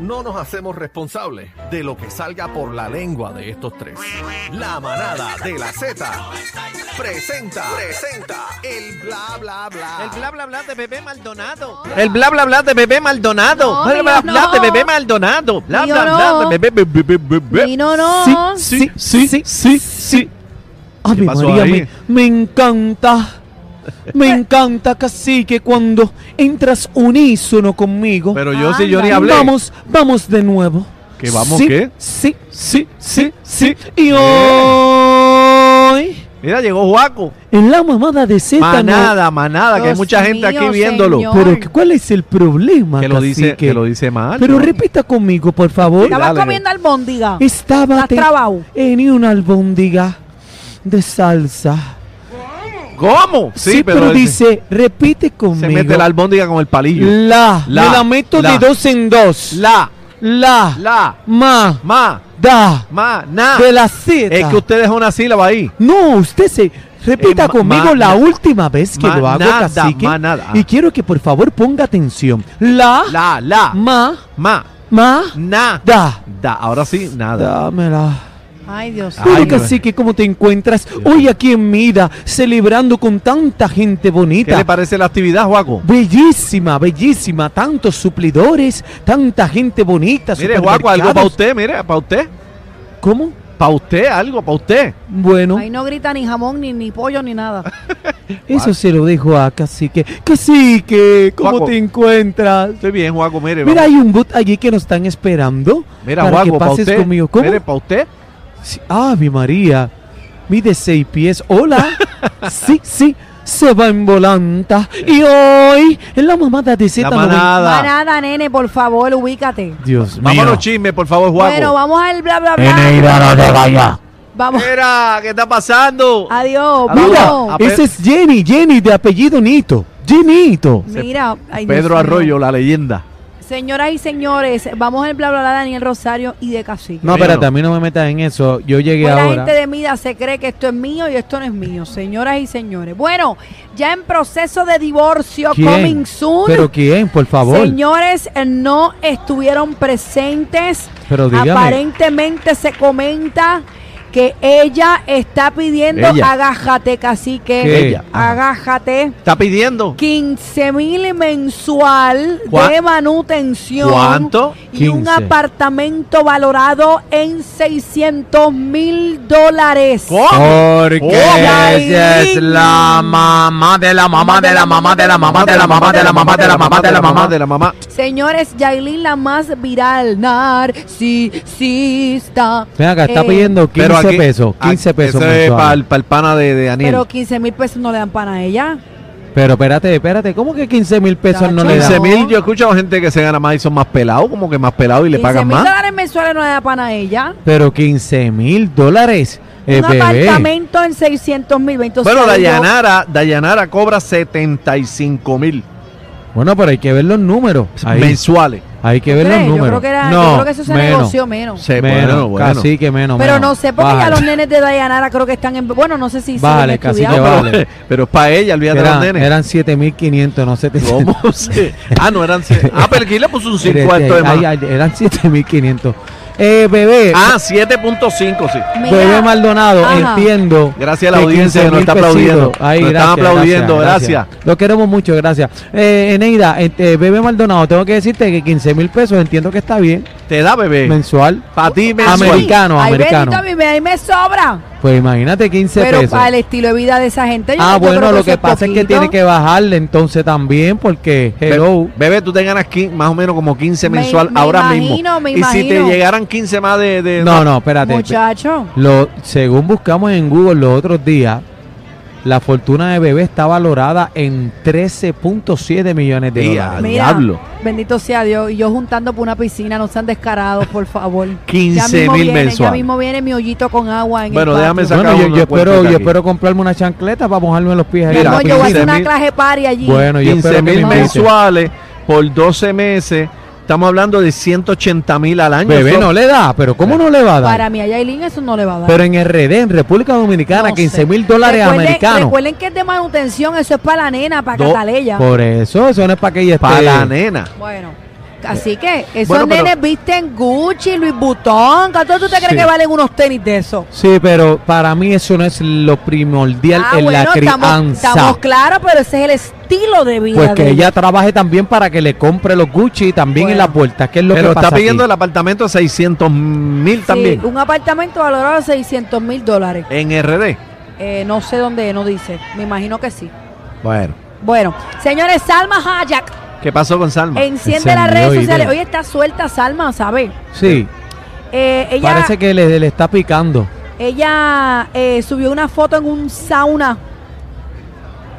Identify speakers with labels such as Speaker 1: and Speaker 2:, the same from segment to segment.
Speaker 1: No nos hacemos responsables de lo que salga por la lengua de estos tres. La manada de la Z presenta, presenta el bla bla bla.
Speaker 2: El bla bla bla de bebé Maldonado. El bla bla bla de bebé Maldonado.
Speaker 3: No,
Speaker 2: el bla
Speaker 3: mío
Speaker 2: bla
Speaker 3: no.
Speaker 2: de bebé Maldonado. Bla
Speaker 3: Mío
Speaker 2: bla bla
Speaker 3: no.
Speaker 2: de bebé bebé bebé.
Speaker 3: Mino no.
Speaker 2: Sí, sí, sí, sí, sí.
Speaker 4: Ay, mi
Speaker 2: pasó
Speaker 4: María,
Speaker 2: ahí?
Speaker 4: me, me encanta. Me encanta, casi que cuando entras unísono conmigo.
Speaker 2: Pero yo sí, yo ni
Speaker 3: Anda.
Speaker 2: hablé.
Speaker 4: Vamos, vamos de nuevo.
Speaker 2: ¿Que vamos
Speaker 4: sí,
Speaker 2: qué? ¿Eh?
Speaker 4: Sí, sí, sí, sí. Y hoy,
Speaker 2: Mira, llegó Juaco.
Speaker 4: en la mamada de Z.
Speaker 2: Manada, manada, que hay
Speaker 3: Dios
Speaker 2: mucha gente
Speaker 3: mío,
Speaker 2: aquí viéndolo.
Speaker 3: señor.
Speaker 4: Pero, que- ¿cuál es el problema?
Speaker 2: Que lo dice,
Speaker 4: cacique?
Speaker 2: que lo dice mal. ¿no?
Speaker 4: Pero repita conmigo, por favor.
Speaker 2: Sí,
Speaker 3: Estaba
Speaker 2: dale.
Speaker 3: comiendo albóndiga.
Speaker 4: Estaba
Speaker 3: Estás
Speaker 4: te-
Speaker 3: trabado.
Speaker 4: en una albóndiga de salsa.
Speaker 2: ¿Cómo?
Speaker 4: Sí, pero, dice, repite
Speaker 2: Se
Speaker 4: conmigo.
Speaker 2: mete la albóndiga con el palillo.
Speaker 4: La.
Speaker 2: La.
Speaker 4: Me la meto
Speaker 2: La.
Speaker 4: de dos en dos.
Speaker 2: La,
Speaker 4: La.
Speaker 2: la,
Speaker 4: Ma.
Speaker 2: ma,
Speaker 4: Da.
Speaker 2: ma, na.
Speaker 4: De la Z.
Speaker 2: Es que usted dejó una sílaba ahí.
Speaker 4: No, usted se... Repita
Speaker 2: Eh, ma-
Speaker 4: conmigo
Speaker 2: ma-
Speaker 4: la
Speaker 2: na-
Speaker 4: última vez que
Speaker 2: ma-
Speaker 4: lo hago,
Speaker 2: nada,
Speaker 4: cacique.
Speaker 2: ma- nada.
Speaker 4: Y quiero que por favor ponga atención. La.
Speaker 2: La, la,
Speaker 4: Ma.
Speaker 2: ma,
Speaker 4: Ma.
Speaker 2: na.
Speaker 4: Mm. Da.
Speaker 2: Da, ahora sí, nada.
Speaker 4: Dámela.
Speaker 3: Ay, Dios
Speaker 2: Ay,
Speaker 4: Bueno,
Speaker 2: no.
Speaker 4: cacique, ¿cómo te encuentras hoy aquí en Mida, celebrando con tanta gente
Speaker 2: ¿Qué le
Speaker 4: bonita?
Speaker 2: parece la actividad, Juaco?
Speaker 4: Bellísima, bellísima, tantos suplidores, tanta gente bonita.
Speaker 2: Mire, Juaco, algo para
Speaker 4: supermercados.
Speaker 2: usted, mire, para usted.
Speaker 4: ¿Cómo?
Speaker 2: Para usted, algo para usted.
Speaker 4: Bueno,
Speaker 3: Ahí no grita ni jamón, ni, ni pollo, ni nada.
Speaker 4: eso se lo dejo a Cacique. Cacique, ¿cómo
Speaker 2: Juaco.
Speaker 4: te encuentras?
Speaker 2: Estoy bien, Juaco, mire.
Speaker 4: Mira,
Speaker 2: vamos.
Speaker 4: hay un bot allí que nos están esperando.
Speaker 2: mira
Speaker 4: para
Speaker 2: Juaco,
Speaker 4: que
Speaker 2: para
Speaker 4: pases
Speaker 2: usted.
Speaker 4: conmigo. ¿Cómo?
Speaker 2: Mire, para usted.
Speaker 4: Sí, Ah, mi María. Mide seis pies. Hola. sí, sí. Se va en volanta. Y hoy, en la mamada de
Speaker 2: La
Speaker 4: Z.
Speaker 2: manada.
Speaker 3: Manada, nene, por favor, ubícate.
Speaker 4: Dios mío.
Speaker 2: Vámonos, chisme, por favor, Juaco.
Speaker 3: Bueno, vamos al bla, bla,
Speaker 5: En
Speaker 3: bla.
Speaker 5: no te vaya.
Speaker 3: Vamos.
Speaker 2: Mira, ¿qué está pasando?
Speaker 3: Adiós.
Speaker 2: Mira.
Speaker 3: vamos.
Speaker 2: a Pe-
Speaker 4: Esa es Jenny, Jenny de apellido Nito. Jenito.
Speaker 3: Mira. ay, Dios
Speaker 2: Pedro
Speaker 3: mío.
Speaker 2: Arroyo, la leyenda.
Speaker 3: Señoras y señores, vamos al bla, bla, bla de Daniel Rosario y de Cacique.
Speaker 4: No,
Speaker 2: Bueno.
Speaker 4: espérate, a mí no me metas en eso. Yo llegué
Speaker 3: Pues la
Speaker 4: ahora.
Speaker 3: gente de Mida se cree que esto es mío y esto no es mío, señoras y señores. Bueno, ya en proceso de divorcio,
Speaker 4: ¿Quién?
Speaker 3: coming soon.
Speaker 4: ¿Pero quién? Por favor.
Speaker 3: Señores, eh, no estuvieron presentes.
Speaker 4: Pero dígame.
Speaker 3: Aparentemente se comenta que ella está pidiendo,
Speaker 2: Ella.
Speaker 3: agájate cacique,
Speaker 4: ¿Qué?
Speaker 2: Ella.
Speaker 3: agájate,
Speaker 2: Está pidiendo.
Speaker 3: 15 mil mensual
Speaker 2: ¿Cuá-
Speaker 3: de manutención.
Speaker 2: ¿Cuánto?
Speaker 3: Y
Speaker 4: 15.
Speaker 3: un apartamento valorado en 600 mil dólares.
Speaker 4: Porque
Speaker 3: ella es la
Speaker 4: mamá de la
Speaker 3: mamá de la mamá de la mamá de la mamá de la mamá de la mamá de la mamá
Speaker 2: de la mamá.
Speaker 3: Señores, Yailin la más viral, narcisista.
Speaker 4: Ven acá, está
Speaker 3: Eh,
Speaker 4: pidiendo 15
Speaker 2: Pero aquí-
Speaker 4: pesos.
Speaker 2: aquí-
Speaker 4: 15 pesos
Speaker 2: Ese es
Speaker 4: mensuales.
Speaker 2: para el pana de, de Daniel.
Speaker 3: Pero 15 mil pesos no le dan pan a ella.
Speaker 4: Pero espérate, espérate, ¿cómo que 15 mil pesos no le
Speaker 3: Chacho.
Speaker 4: dan?
Speaker 2: 15 mil, yo he escuchado gente que se gana más y son más pelados, como que más pelados y le
Speaker 3: 15
Speaker 2: pagan
Speaker 3: mil
Speaker 2: más.
Speaker 3: dólares mensuales no le dan pan a ella.
Speaker 4: Pero 15 mil dólares, eh,
Speaker 3: un
Speaker 4: bebé.
Speaker 3: apartamento en 600 mil. Entonces,
Speaker 2: Bueno,
Speaker 3: yo-
Speaker 2: Dayanara, Dayanara cobra 75 mil
Speaker 4: Bueno, pero hay que ver los números. Ahí,
Speaker 2: mensuales.
Speaker 4: hay que ver
Speaker 3: ¿Crees?
Speaker 4: los números.
Speaker 3: Yo creo que, era- yo
Speaker 4: no,
Speaker 3: creo que eso se
Speaker 4: menos,
Speaker 3: negoció menos.
Speaker 2: Se,
Speaker 4: Menos,
Speaker 2: bueno, bueno.
Speaker 4: Casi que menos.
Speaker 3: Pero
Speaker 4: menos.
Speaker 3: no sé, porque ya
Speaker 4: Bájale.
Speaker 3: los nenes de Dayanara creo que están en. Bueno, no sé si siguen
Speaker 4: Vale, casi que
Speaker 3: estudiando.
Speaker 4: va.
Speaker 2: Pero,
Speaker 4: vale.
Speaker 2: pero es para ella, olvídate de los
Speaker 4: Eran,
Speaker 2: nenes.
Speaker 4: eran 7.500, no sé.
Speaker 2: ¿Cómo? se- ah, no, eran. cien- Ah, pero aquí le puso un 50 de más.
Speaker 4: este, Eran 7.500. Eh, bebé,
Speaker 2: Ah, 7.5 sí.
Speaker 3: Mira,
Speaker 4: bebé Maldonado,
Speaker 3: Ajá.
Speaker 4: entiendo.
Speaker 2: Gracias a
Speaker 4: que
Speaker 2: la audiencia que nos
Speaker 4: 15.000
Speaker 2: está
Speaker 4: pesitos.
Speaker 2: aplaudiendo.
Speaker 4: Ay,
Speaker 2: nos
Speaker 4: gracias,
Speaker 2: están aplaudiendo, gracias.
Speaker 4: Lo queremos mucho, gracias. Eh, Eneida, este, bebé Maldonado, tengo que decirte que 15 mil pesos entiendo que está bien,
Speaker 2: Te da bebé.
Speaker 4: mensual.
Speaker 2: Para ti mensual.
Speaker 4: Americano,
Speaker 3: Ay,
Speaker 4: americano.
Speaker 3: bendito, a mí me, ahí me sobra.
Speaker 4: Pues imagínate 15
Speaker 3: Pero
Speaker 4: pesos.
Speaker 3: para el estilo de vida de esa gente. yo-
Speaker 4: Ah,
Speaker 3: yo creo
Speaker 4: bueno, lo
Speaker 3: eso
Speaker 4: que pasa es que
Speaker 3: poquito.
Speaker 4: tiene que bajarle entonces también, porque,
Speaker 2: Be-
Speaker 4: hello.
Speaker 2: Bebé, tú te ganas quin- más o menos como 15
Speaker 3: Me-
Speaker 2: mensual
Speaker 3: me
Speaker 2: ahora mismo.
Speaker 3: imagino, me
Speaker 2: y si te
Speaker 3: imagino.
Speaker 2: llegaran 15 más de. de-
Speaker 4: No, no, espérate.
Speaker 3: Muchacho.
Speaker 4: Lo, según buscamos en Google los otros días, la fortuna de bebé está valorada en 13.7 millones de
Speaker 2: Día,
Speaker 4: dólares.
Speaker 3: Mira,
Speaker 2: diablo.
Speaker 3: Bendito sea Dios. Y yo juntando por una piscina, no sean descarados, por favor. Ya
Speaker 2: 15
Speaker 3: mismo
Speaker 2: mil
Speaker 3: viene, Ya
Speaker 2: mensual.
Speaker 3: mismo viene mi hoyito con agua en
Speaker 2: Bueno,
Speaker 3: el
Speaker 2: déjame
Speaker 3: patio.
Speaker 2: sacar
Speaker 4: Bueno, yo, yo
Speaker 2: una cuenta
Speaker 4: espero, yo
Speaker 2: aquí.
Speaker 4: espero comprarme una chancleta para mojarme los pies. ahí
Speaker 3: Mi
Speaker 4: en
Speaker 2: Mira,
Speaker 4: la
Speaker 3: amor, yo voy a hacer
Speaker 4: piscina.
Speaker 3: una
Speaker 2: 15.000.
Speaker 3: clase party allí.
Speaker 4: Bueno, yo
Speaker 2: 15
Speaker 4: espero que
Speaker 2: mil
Speaker 4: me inviten.
Speaker 2: mensuales por 12 meses. Estamos hablando de 180 mil al año.
Speaker 4: Bebé
Speaker 2: Son-
Speaker 4: no le da, pero ¿cómo no le va a dar?
Speaker 3: Para mí a Yailin eso no le va a dar.
Speaker 4: Pero en RD, en República Dominicana,
Speaker 3: No
Speaker 4: 15
Speaker 3: sé.
Speaker 4: mil dólares
Speaker 3: Recuerden-
Speaker 4: americanos.
Speaker 3: Recuerden que es de manutención, eso es para la nena, para
Speaker 2: Do-
Speaker 3: Cataleya.
Speaker 4: Por eso, eso no es para que ella esté.
Speaker 2: Para la nena.
Speaker 3: Bueno, Así que esos
Speaker 2: Bueno, pero-
Speaker 3: nenes visten Gucci, Louis Vuitton. ¿Cuánto tú te crees
Speaker 4: Sí.
Speaker 3: que valen unos tenis de eso?
Speaker 4: Sí, pero para mí eso no es lo primordial en la
Speaker 3: Ah, estamos,
Speaker 4: crianza.
Speaker 3: estamos claros, pero ese es el estilo de vida.
Speaker 4: Pues que
Speaker 3: de
Speaker 4: ella trabaje también para que le compre los Gucci también en
Speaker 3: Bueno.
Speaker 4: la puerta, que es lo
Speaker 2: Pero
Speaker 4: que pasa
Speaker 2: está pidiendo
Speaker 4: aquí.
Speaker 2: el apartamento 600 mil también.
Speaker 3: Sí, un apartamento valorado a 600 mil dólares.
Speaker 2: En RD.
Speaker 3: Eh, no sé dónde, no dice. Me imagino que sí.
Speaker 2: Bueno.
Speaker 3: Bueno, señores, Salma Hayek
Speaker 2: ¿Qué pasó con Salma?
Speaker 3: enciende
Speaker 4: Encendió
Speaker 3: las redes sociales.
Speaker 4: idea.
Speaker 3: Hoy está suelta Salma, ¿sabes?
Speaker 4: Sí,
Speaker 3: Eh, ella
Speaker 4: parece que le, le está picando.
Speaker 3: ella eh, subió una foto en un sauna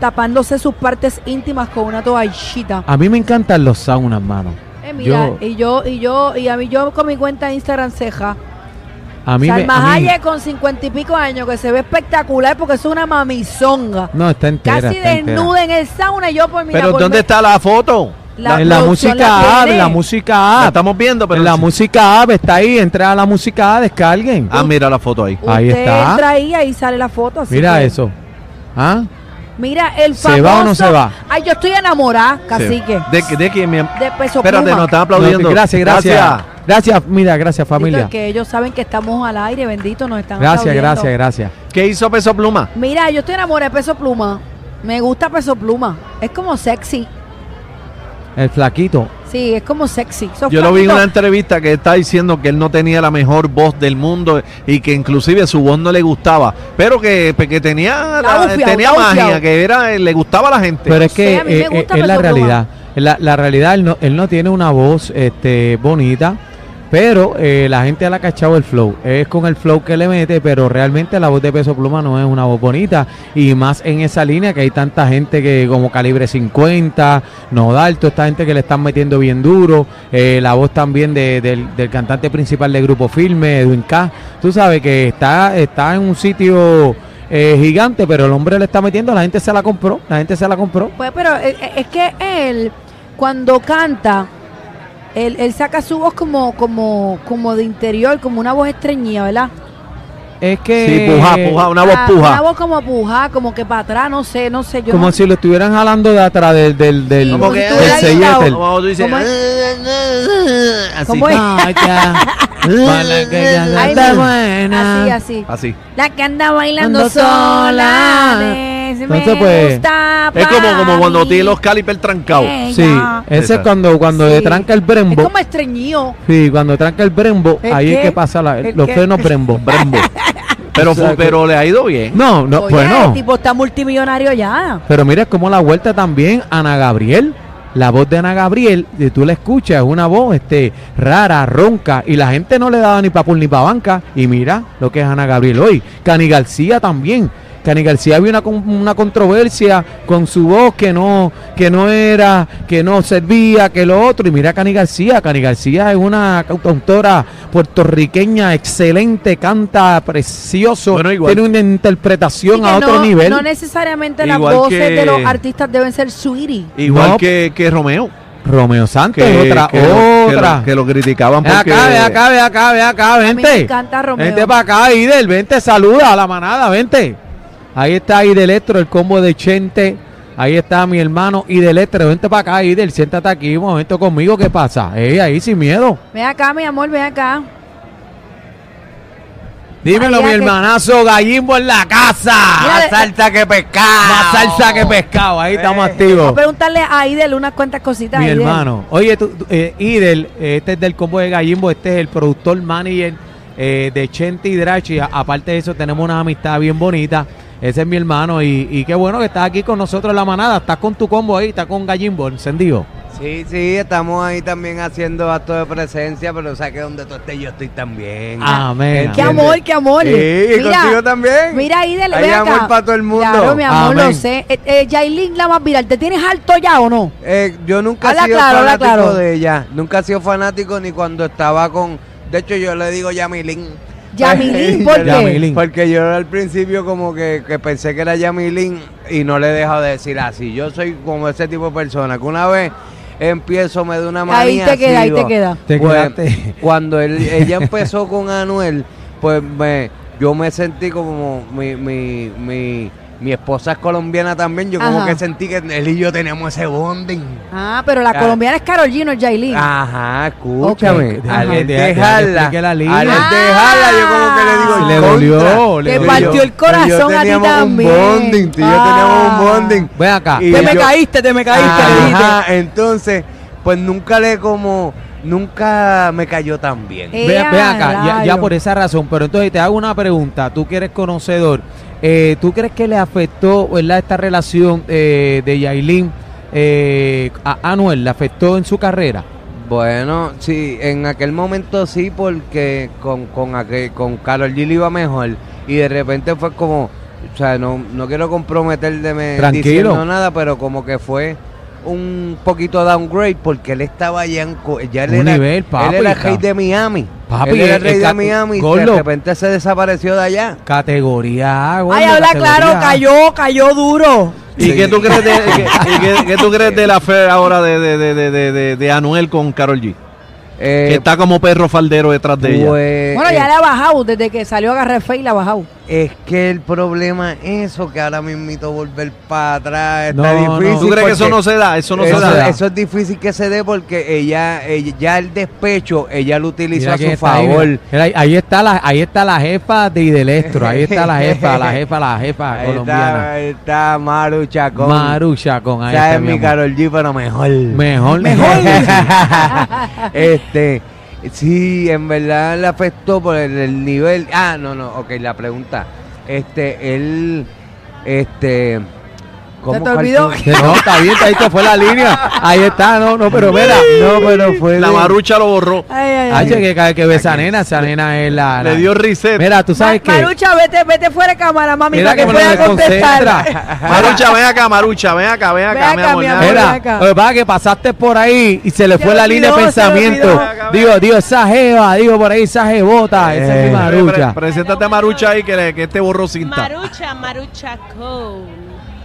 Speaker 3: tapándose sus partes íntimas con una toallita.
Speaker 4: A mí me encantan los saunas, mano.
Speaker 3: Eh, mira,
Speaker 4: yo-
Speaker 3: y yo, y yo, y a mí yo con mi cuenta de Instagram ceja.
Speaker 4: A mí me,
Speaker 3: Salma
Speaker 4: a mí-
Speaker 3: Hayek con cincuenta y pico años, que se ve espectacular porque es una mamizonga.
Speaker 4: No, está entera.
Speaker 3: Casi
Speaker 4: está entera.
Speaker 3: desnuda en el sauna y yo por mi
Speaker 2: Pero ¿dónde está la foto?
Speaker 3: La
Speaker 4: en la
Speaker 3: producción
Speaker 4: música
Speaker 3: la
Speaker 4: A, en
Speaker 3: tiene.
Speaker 4: la música
Speaker 2: La
Speaker 4: A.
Speaker 2: estamos viendo, pero
Speaker 4: Ah, En la música A está ahí, entra a la música A, descarguen.
Speaker 2: Ah, mira la foto ahí.
Speaker 4: Ahí
Speaker 3: Usted
Speaker 4: está.
Speaker 3: entra ahí, ahí sale la foto. así
Speaker 4: Mira
Speaker 3: que-
Speaker 4: eso. ¿Ah?
Speaker 3: Mira, el famoso.
Speaker 4: ¿Se va o no se va?
Speaker 3: Ay, yo estoy enamorada, cacique.
Speaker 2: ¿De, qué- de quién? mi am-
Speaker 3: De peso
Speaker 2: Espérate,
Speaker 3: pluma.
Speaker 2: nos están aplaudiendo.
Speaker 4: No, gracias, gracias, gracias. mira, gracias
Speaker 3: Dito,
Speaker 4: familia.
Speaker 3: es Que ellos saben que estamos al aire, bendito, nos están
Speaker 4: Gracias,
Speaker 3: aplaudiendo.
Speaker 4: gracias, gracias.
Speaker 2: ¿Qué hizo Peso Pluma?
Speaker 3: Mira, yo estoy enamorada de peso pluma. Me gusta peso pluma. Es como sexy.
Speaker 4: El flaquito.
Speaker 3: Sí, es como sexy. Esos
Speaker 2: Yo lo vi en
Speaker 3: flaquitos-
Speaker 2: una entrevista que está diciendo que él no tenía la mejor voz del mundo y que inclusive su voz no le gustaba, pero que, que tenía,
Speaker 3: Está
Speaker 2: la-
Speaker 3: bufiao,
Speaker 2: tenía
Speaker 3: está
Speaker 2: magia,
Speaker 3: bufiao.
Speaker 2: que era le gustaba a la gente.
Speaker 4: Pero es que
Speaker 3: Sí, a mí me
Speaker 4: eh,
Speaker 3: gusta,
Speaker 4: eh,
Speaker 3: pero
Speaker 4: es la
Speaker 3: eso es
Speaker 4: realidad. La, la realidad, él no, él no tiene una voz este, bonita, pero eh, la gente le ha cachado el flow. Es con el flow que le mete, pero realmente la voz de Peso Pluma no es una voz bonita. Y más en esa línea que hay tanta gente que como Calibre 50, Nodal, toda esta gente que le están metiendo bien duro. eh, la voz también de- del, del cantante principal del grupo Filme, Edwin K. Tú sabes que está, está en un sitio... eh, gigante, pero el hombre le está metiendo, la gente se la compró, la gente se la compró.
Speaker 3: Pues, pero eh, eh, es que él, cuando canta, él, él saca su voz como, como, como de interior, como una voz estreñida, ¿verdad?
Speaker 4: Es que.
Speaker 2: sí, puja, puja, una voz
Speaker 3: Ah,
Speaker 2: puja.
Speaker 3: Una voz como puja, como que para atrás, no sé, no sé. Yo
Speaker 4: Como
Speaker 3: no-
Speaker 4: si lo estuvieran jalando de atrás del. del, del
Speaker 3: Sí,
Speaker 2: Como
Speaker 3: como
Speaker 2: que-
Speaker 3: si tuviera
Speaker 2: del
Speaker 3: guindado.
Speaker 4: sellete.
Speaker 2: Como tú dices,
Speaker 3: ¿Cómo es?
Speaker 2: así.
Speaker 3: ¿Cómo es? Ay,
Speaker 4: Ay,
Speaker 3: mira.
Speaker 4: buena.
Speaker 3: Así, así.
Speaker 2: Así.
Speaker 3: La que anda bailando
Speaker 4: Ando
Speaker 3: sola.
Speaker 4: sola.
Speaker 3: les
Speaker 4: Entonces,
Speaker 3: me
Speaker 4: pues,
Speaker 3: gusta
Speaker 2: Es como, como
Speaker 3: pa'
Speaker 2: cuando
Speaker 3: mí.
Speaker 2: tiene los calipers trancados.
Speaker 3: Ella.
Speaker 4: Sí, ese es cuando, cuando
Speaker 3: Sí.
Speaker 4: le tranca el
Speaker 3: Es
Speaker 4: brembo.
Speaker 3: como estreñido.
Speaker 4: Sí, cuando tranca el brembo,
Speaker 3: ¿El
Speaker 4: ahí
Speaker 3: qué?
Speaker 4: es que pasa la,
Speaker 3: ¿El
Speaker 4: los
Speaker 3: qué?
Speaker 4: frenos brembo.
Speaker 2: Brembo. Pero,
Speaker 4: O sea que-
Speaker 2: pero le ha ido bien.
Speaker 4: No, no,
Speaker 3: Oye, El
Speaker 4: bueno.
Speaker 3: tipo está multimillonario ya.
Speaker 4: Pero mira como la vuelta también, Ana Gabriel. La voz de Ana Gabriel, si tú la escuchas, es una voz este, rara, ronca, y la gente no le daba ni pa' pul ni pa' banca. Y mira lo que es Ana Gabriel hoy. Cani García también. Cani García había una, con- una controversia con su voz que no, que no era, que no servía, que lo otro. Y mira Cani García. Cani García es una cantautora puertorriqueña excelente, canta precioso,
Speaker 2: Bueno, igual-
Speaker 4: tiene una
Speaker 3: Así
Speaker 4: interpretación a
Speaker 3: que
Speaker 4: otro
Speaker 3: no,
Speaker 4: nivel.
Speaker 3: No necesariamente las
Speaker 2: Igual
Speaker 3: voces
Speaker 2: que-
Speaker 3: de los artistas deben ser sweetie.
Speaker 2: Igual
Speaker 4: No.
Speaker 2: que, que Romeo.
Speaker 4: Romeo Santos,
Speaker 2: Que,
Speaker 4: otra,
Speaker 2: que lo- que lo-
Speaker 4: otra.
Speaker 2: que lo criticaban
Speaker 4: Ven
Speaker 2: porque...
Speaker 4: acá, ven acá, ven acá, ven acá,
Speaker 3: A mí me
Speaker 4: vente.
Speaker 3: encanta Romeo.
Speaker 4: Vente para acá, Idel, vente, saluda a la manada, vente. Ahí está Idel Electro, el combo de Chente. Ahí está mi hermano Idel Electro, vente para acá, Idel, siéntate aquí un momento conmigo, ¿qué pasa? Ey, ahí sin miedo.
Speaker 3: Ven acá, mi amor, ven acá. Allá
Speaker 4: Dímelo, mi
Speaker 3: que-
Speaker 4: hermanazo Gallimbo en la casa.
Speaker 3: Mira,
Speaker 5: salsa que pescado.
Speaker 4: Más salsa que pescado, ahí estamos activos.
Speaker 3: Voy a preguntarle a Idel unas cuantas cositas.
Speaker 4: Mi
Speaker 3: Aidel.
Speaker 4: hermano. Oye, tú, tú, eh, Idel, eh, este es del combo de Gallimbo, este es el productor manager eh, de Chente y Drachi. A- Aparte de eso, tenemos una amistad bien bonita. Ese es mi hermano y, y qué bueno que estás aquí con nosotros en la manada. Estás con tu combo ahí, estás con Gallimbo encendido.
Speaker 5: Sí, sí, estamos ahí también haciendo actos de presencia, pero o sea que donde tú estés yo estoy también.
Speaker 4: Amén.
Speaker 3: Qué
Speaker 4: amén.
Speaker 3: amor, qué amor.
Speaker 5: Sí, y contigo también.
Speaker 3: Mira, Idel,
Speaker 5: Hay
Speaker 3: ven acá.
Speaker 5: amor para todo el mundo.
Speaker 3: Claro, mi amor, lo
Speaker 4: Amén.
Speaker 3: sé. Eh, eh, Yailin, la más viral, ¿te tienes alto ya o no?
Speaker 5: Eh, yo nunca
Speaker 3: Habla
Speaker 5: he sido
Speaker 3: claro, habla
Speaker 5: fanático
Speaker 3: claro.
Speaker 5: de ella. Nunca he sido fanático ni cuando estaba con. De hecho, yo le digo Yamilín.
Speaker 3: Yamilín, ¿por qué?
Speaker 4: Yamilín.
Speaker 5: Porque yo al principio como que, que pensé que era Yamilín y no le he dejado de decir así. Yo soy como ese tipo de persona que una vez empiezo, me da una manía.
Speaker 3: Ahí te queda, ahí
Speaker 5: sigo.
Speaker 3: te queda.
Speaker 4: Te
Speaker 5: Pues,
Speaker 4: quedaste.
Speaker 5: Cuando él- ella empezó con Anuel, pues me, yo me sentí como mi, mi, mi, Mi esposa es colombiana también. Yo como
Speaker 3: Ajá.
Speaker 5: que sentí que él y yo teníamos ese bonding.
Speaker 3: Ah, pero la
Speaker 5: Ah.
Speaker 3: colombiana es Carol Gino, es Yailin.
Speaker 5: Ajá, escúchame.
Speaker 4: Ok.
Speaker 5: Al
Speaker 4: Ajá.
Speaker 5: él
Speaker 4: Deja- deja que
Speaker 5: dejarla,
Speaker 4: explique la
Speaker 5: al él
Speaker 4: línea.
Speaker 5: dejarla, yo como que le digo,
Speaker 4: Le
Speaker 5: "Contra".
Speaker 4: dolió, le
Speaker 5: Tú
Speaker 3: Te
Speaker 5: y
Speaker 4: dolió.
Speaker 3: Ah, partió el corazón
Speaker 5: tú y yo
Speaker 3: a ti
Speaker 5: teníamos
Speaker 3: también.
Speaker 5: Un bonding, tú y yo
Speaker 3: Ah.
Speaker 5: teníamos un bonding.
Speaker 4: Ven acá.
Speaker 5: Y
Speaker 6: Te me
Speaker 5: yo- Ah,
Speaker 6: caíste, te me caíste, le dijiste.
Speaker 5: Ajá, entonces, pues nunca le como, nunca me cayó tan bien.
Speaker 3: Eh,
Speaker 4: Ve,
Speaker 3: Ea,
Speaker 4: ve acá, ya, ya
Speaker 3: rayo.
Speaker 4: por esa razón. Pero entonces te hago una pregunta, tú que eres conocedor, eh, ¿tú crees que le afectó ¿verdad, esta relación eh, de Yailin eh, a Anuel? ¿Le afectó en su carrera?
Speaker 5: Bueno, sí, en aquel momento sí, porque con, con, aquel- con Carol G le iba mejor. Y de repente fue como, o sea, no, no quiero comprometerme
Speaker 4: Tranquilo.
Speaker 5: diciendo nada, pero como que fue un poquito downgrade porque él estaba ya en co- ya él
Speaker 4: Un
Speaker 5: era,
Speaker 4: nivel, papi,
Speaker 5: él era el
Speaker 4: ca-
Speaker 5: rey de Miami
Speaker 4: Papi,
Speaker 5: él era el
Speaker 4: el
Speaker 5: rey de
Speaker 4: ca-
Speaker 5: Miami y de
Speaker 4: Gordo.
Speaker 5: repente se desapareció de allá
Speaker 4: Categoría A, gordo,
Speaker 6: Ay, habla
Speaker 4: categoría
Speaker 6: claro,
Speaker 4: A.
Speaker 6: cayó, cayó duro.
Speaker 2: ¿Y
Speaker 5: Sí.
Speaker 2: qué tú crees de, qué- y qué- qué tú crees de la fe ahora de, de, de, de, de, de- de Anuel con Carol G?
Speaker 5: Eh,
Speaker 2: Que está como perro faldero detrás de ella.
Speaker 5: pues,
Speaker 3: Bueno,
Speaker 5: eh,
Speaker 3: ya la ha bajado desde que salió Agarre Fe y la ha bajado.
Speaker 5: Es que el problema es eso, que ahora mismito volver para atrás está
Speaker 4: No, no.
Speaker 5: difícil.
Speaker 2: ¿Tú crees que eso
Speaker 5: porque
Speaker 2: no se da? Eso no
Speaker 5: eso,
Speaker 2: se da.
Speaker 5: eso es difícil que se dé porque ella, ella- ya el despecho, ella lo utilizó
Speaker 4: Mira
Speaker 5: a
Speaker 4: quién
Speaker 5: su
Speaker 4: está ahí,
Speaker 5: favor.
Speaker 4: mira. Mira, ahí, ahí está la, ahí está la jefa de Idelestro, ahí está la jefa, la jefa, la jefa
Speaker 5: Ahí está,
Speaker 4: colombiana.
Speaker 5: ahí está Maru Chacón.
Speaker 4: Maru Chacón, ahí
Speaker 5: Esa
Speaker 4: está,
Speaker 5: es
Speaker 4: mi
Speaker 5: mi
Speaker 4: amor.
Speaker 5: Carol G, pero mejor.
Speaker 4: Mejor,
Speaker 5: este, sí, en verdad le afectó por el, el nivel. Ah, no, no, ok, la pregunta. Este, él, este.
Speaker 3: te olvidó?
Speaker 5: calcula-
Speaker 4: No, está bien, ahí te fue la línea. Ahí está, no, no, pero mira.
Speaker 5: No, pero fue.
Speaker 2: La
Speaker 5: de-
Speaker 2: marucha lo borró.
Speaker 3: Ay, ay, ay.
Speaker 4: H, que cada que ve esa nena, esa nena es la.
Speaker 2: Le
Speaker 4: la-
Speaker 2: dio reset.
Speaker 4: Mira, tú sabes
Speaker 3: Ma-
Speaker 4: que.
Speaker 3: Marucha, vete, vete fuera de cámara, mami,
Speaker 4: Mira
Speaker 3: para que
Speaker 4: cómo no
Speaker 3: pueda
Speaker 4: me
Speaker 3: contestar.
Speaker 4: concentra.
Speaker 2: Marucha, ven acá, Marucha, ven acá, ven acá,
Speaker 3: Ven
Speaker 2: mi
Speaker 3: acá,
Speaker 2: amor.
Speaker 3: mi
Speaker 2: ya.
Speaker 3: amor.
Speaker 4: Mira,
Speaker 3: acá.
Speaker 4: lo que pasa es que pasaste por ahí y se le
Speaker 3: Se
Speaker 4: fue
Speaker 3: le
Speaker 4: la línea de
Speaker 3: olvidó, se le
Speaker 4: pensamiento.
Speaker 3: olvidó.
Speaker 4: Digo, digo, esa jeva, digo, por ahí esa jebota, esa es mi
Speaker 2: Pre- Eh, pre-
Speaker 4: marucha.
Speaker 2: Preséntate a Marucha ahí que, le- que este borró cinta.
Speaker 7: Marucha, Marucha Cole.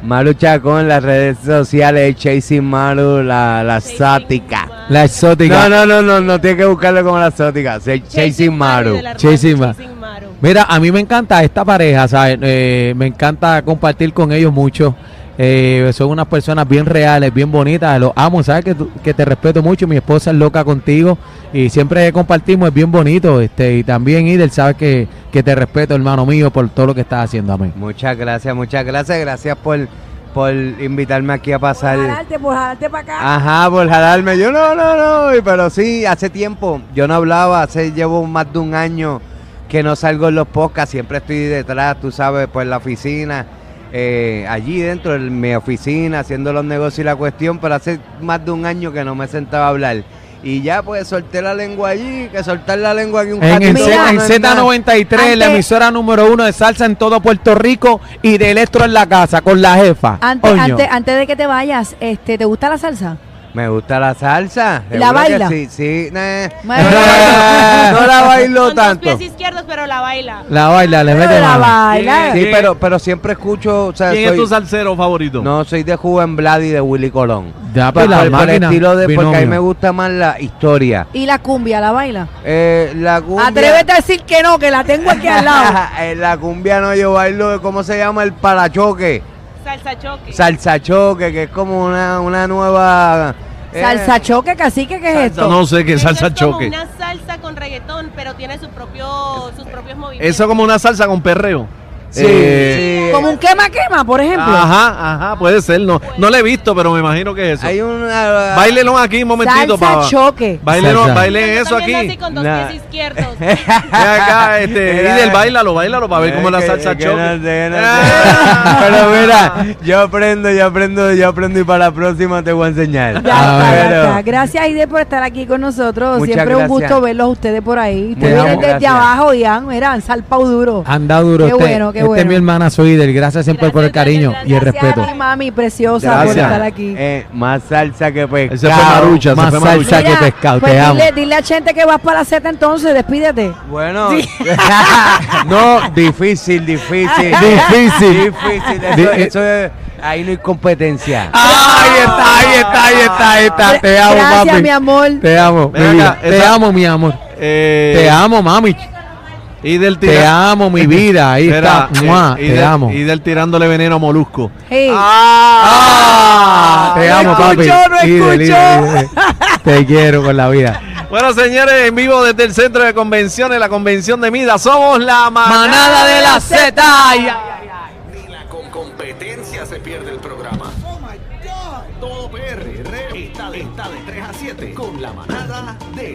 Speaker 5: Maru Chacón, las redes sociales, Chasing Maru, la, la sática.
Speaker 4: La
Speaker 5: No,
Speaker 4: exótica.
Speaker 5: no, no, no, no, tiene que buscarlo como la sática. Chasing Maru.
Speaker 7: de la hermana
Speaker 4: Chasing Ma-
Speaker 7: Chasing Maru.
Speaker 4: Mira, a mí me encanta esta pareja, ¿sabes? Eh, me encanta compartir con ellos mucho. Eh, son unas personas bien reales, bien bonitas. Los amo, ¿sabes? Que, tú- que te respeto mucho. Mi esposa es loca contigo. Y siempre que compartimos es bien bonito. este Y también, Idel, sabes que, que te respeto, hermano mío, por todo lo que estás haciendo. Amén.
Speaker 5: Muchas gracias, muchas gracias. Gracias por, por invitarme aquí a
Speaker 3: Por
Speaker 5: pasar.
Speaker 3: jalarte, por jalarte para pues, acá.
Speaker 5: Ajá, por jalarme. Yo no, no, no. y- Pero sí, hace tiempo. Yo no hablaba, hace llevo más de un año que no salgo en los podcasts. Siempre estoy detrás, tú sabes, por la oficina. eh, allí dentro de mi oficina, haciendo los negocios y la cuestión. Pero hace más de un año que no me sentaba a hablar. Y ya pues solté la lengua allí, que soltar la lengua aquí un
Speaker 4: En, en
Speaker 5: ratito
Speaker 4: Z- en
Speaker 5: no es nada.
Speaker 4: Z93, la
Speaker 3: Antes-
Speaker 4: emisora número uno de salsa en todo Puerto Rico y de electro en la casa, con la jefa.
Speaker 3: Antes,
Speaker 4: Oño.
Speaker 3: antes, antes de que te vayas, este, ¿te gusta la salsa?
Speaker 5: Me gusta la salsa.
Speaker 3: ¿La
Speaker 5: seguro que
Speaker 3: baila?
Speaker 5: Sí, sí. nah.
Speaker 3: Bueno.
Speaker 5: no la bailo
Speaker 7: Con dos
Speaker 5: tanto.
Speaker 7: pies izquierdos, pero la baila.
Speaker 4: La baila, le
Speaker 3: Pero
Speaker 4: mete
Speaker 3: la
Speaker 4: mano.
Speaker 3: baila.
Speaker 5: Sí, pero, pero siempre escucho. O sea,
Speaker 2: ¿Quién es
Speaker 5: soy-
Speaker 2: tu salsero favorito?
Speaker 5: no, soy de Juan Vlad y de Willy Colón.
Speaker 4: Ya,
Speaker 5: Por,
Speaker 4: pues, la
Speaker 5: por el
Speaker 4: máquina,
Speaker 5: estilo de. Porque a mí
Speaker 4: binomio.
Speaker 5: me gusta más la historia.
Speaker 3: ¿Y la cumbia, la baila?
Speaker 5: Eh, la cumbia.
Speaker 3: Atrévete a decir que no, que la tengo aquí al lado.
Speaker 5: en la cumbia no, yo bailo. ¿Cómo se llama? El parachoque.
Speaker 7: Salsa choque.
Speaker 5: Salsa choque, que es como una, una nueva. eh,
Speaker 3: Salsa choque, cacique, ¿qué es esto?
Speaker 2: No sé qué
Speaker 7: Eso
Speaker 2: salsa
Speaker 7: es como
Speaker 2: choque.
Speaker 7: Una salsa con reggaetón, pero tiene su propio, sus propios movimientos.
Speaker 2: Eso como una salsa con perreo.
Speaker 5: Sí,
Speaker 2: Eh,
Speaker 5: sí.
Speaker 3: Como un quema quema, por ejemplo.
Speaker 5: Ah,
Speaker 2: Ajá, ajá, puede ser. No, no le he visto, pero me imagino que es eso.
Speaker 5: Hay una. ah,
Speaker 2: Báilelo aquí un momentito,
Speaker 3: salsa
Speaker 2: pa-
Speaker 3: choque.
Speaker 2: Báilelo-
Speaker 4: Salsa.
Speaker 2: bailen
Speaker 7: Yo
Speaker 2: eso
Speaker 7: también lo
Speaker 2: aquí.
Speaker 7: Así con dos
Speaker 5: Nah.
Speaker 7: pies izquierdos.
Speaker 2: Ven acá, este,
Speaker 5: Mira.
Speaker 2: Idel, bailalo, bailalo para ver cómo es la
Speaker 5: eh, que-
Speaker 2: salsa
Speaker 5: que
Speaker 2: choque.
Speaker 5: no sé, no sé.
Speaker 2: Ah.
Speaker 5: Pero mira, yo aprendo, yo aprendo, yo aprendo y para la próxima te voy a enseñar.
Speaker 4: Ah,
Speaker 3: Ya está, ya
Speaker 5: Pero-
Speaker 3: está. Gracias, Aide, por estar aquí con nosotros.
Speaker 5: Muchas
Speaker 3: Siempre un
Speaker 5: gracias.
Speaker 3: gusto verlos a ustedes por ahí. Ustedes
Speaker 5: Muchas
Speaker 3: vienen desde
Speaker 5: gracias.
Speaker 3: abajo y han, mira, han salpado duro.
Speaker 4: Anda duro.
Speaker 3: Qué
Speaker 4: usted.
Speaker 3: bueno, qué
Speaker 4: Este es
Speaker 3: bueno.
Speaker 4: mi hermana, soy del. Gracias siempre por el
Speaker 7: Gracias,
Speaker 4: cariño
Speaker 7: gracias,
Speaker 4: y el
Speaker 3: Gracias
Speaker 4: respeto.
Speaker 3: a ti, mami, preciosa, por
Speaker 2: Gracias.
Speaker 3: estar aquí.
Speaker 5: Eh, más salsa que pescado.
Speaker 2: Ese fue Marucha, ese
Speaker 4: Más
Speaker 2: fue Marucha.
Speaker 4: salsa que pescado, te amo.
Speaker 3: pues dile, dile a gente que vas para la Z entonces, despídete.
Speaker 5: Bueno, no, difícil, difícil.
Speaker 4: Difícil.
Speaker 5: difícil.
Speaker 4: Di-
Speaker 5: Eso, eso es, ahí no hay competencia.
Speaker 4: Ahí está, ahí está, ahí está, ahí está. Te amo,
Speaker 3: Gracias,
Speaker 4: papi.
Speaker 3: mi amor.
Speaker 4: Te amo,
Speaker 2: Ven
Speaker 4: mi
Speaker 2: acá,
Speaker 4: vida. Te
Speaker 2: esa-
Speaker 4: amo, mi amor.
Speaker 2: Eh,
Speaker 4: Te amo, mami.
Speaker 2: Y del
Speaker 4: Te amo, mi vida. Ahí
Speaker 2: Mira,
Speaker 4: está.
Speaker 2: y-
Speaker 4: Mua,
Speaker 2: y
Speaker 4: te
Speaker 2: del-
Speaker 4: amo.
Speaker 2: Y del eh, tirándole veneno a Molusco.
Speaker 3: Hey,
Speaker 4: ¡Ah! Te
Speaker 6: No
Speaker 4: amo,
Speaker 6: escuchó,
Speaker 4: papi.
Speaker 6: no
Speaker 4: Líder, líder,
Speaker 6: escuchó.
Speaker 4: líder. Te quiero con la vida.
Speaker 2: Bueno, señores, en vivo desde el centro de convenciones, la convención de Mida, somos la manada, de la Z.
Speaker 1: Ni la con competencia se pierde el programa. Oh my God. Todo PR está de, está de 3 a 7 con la manada de la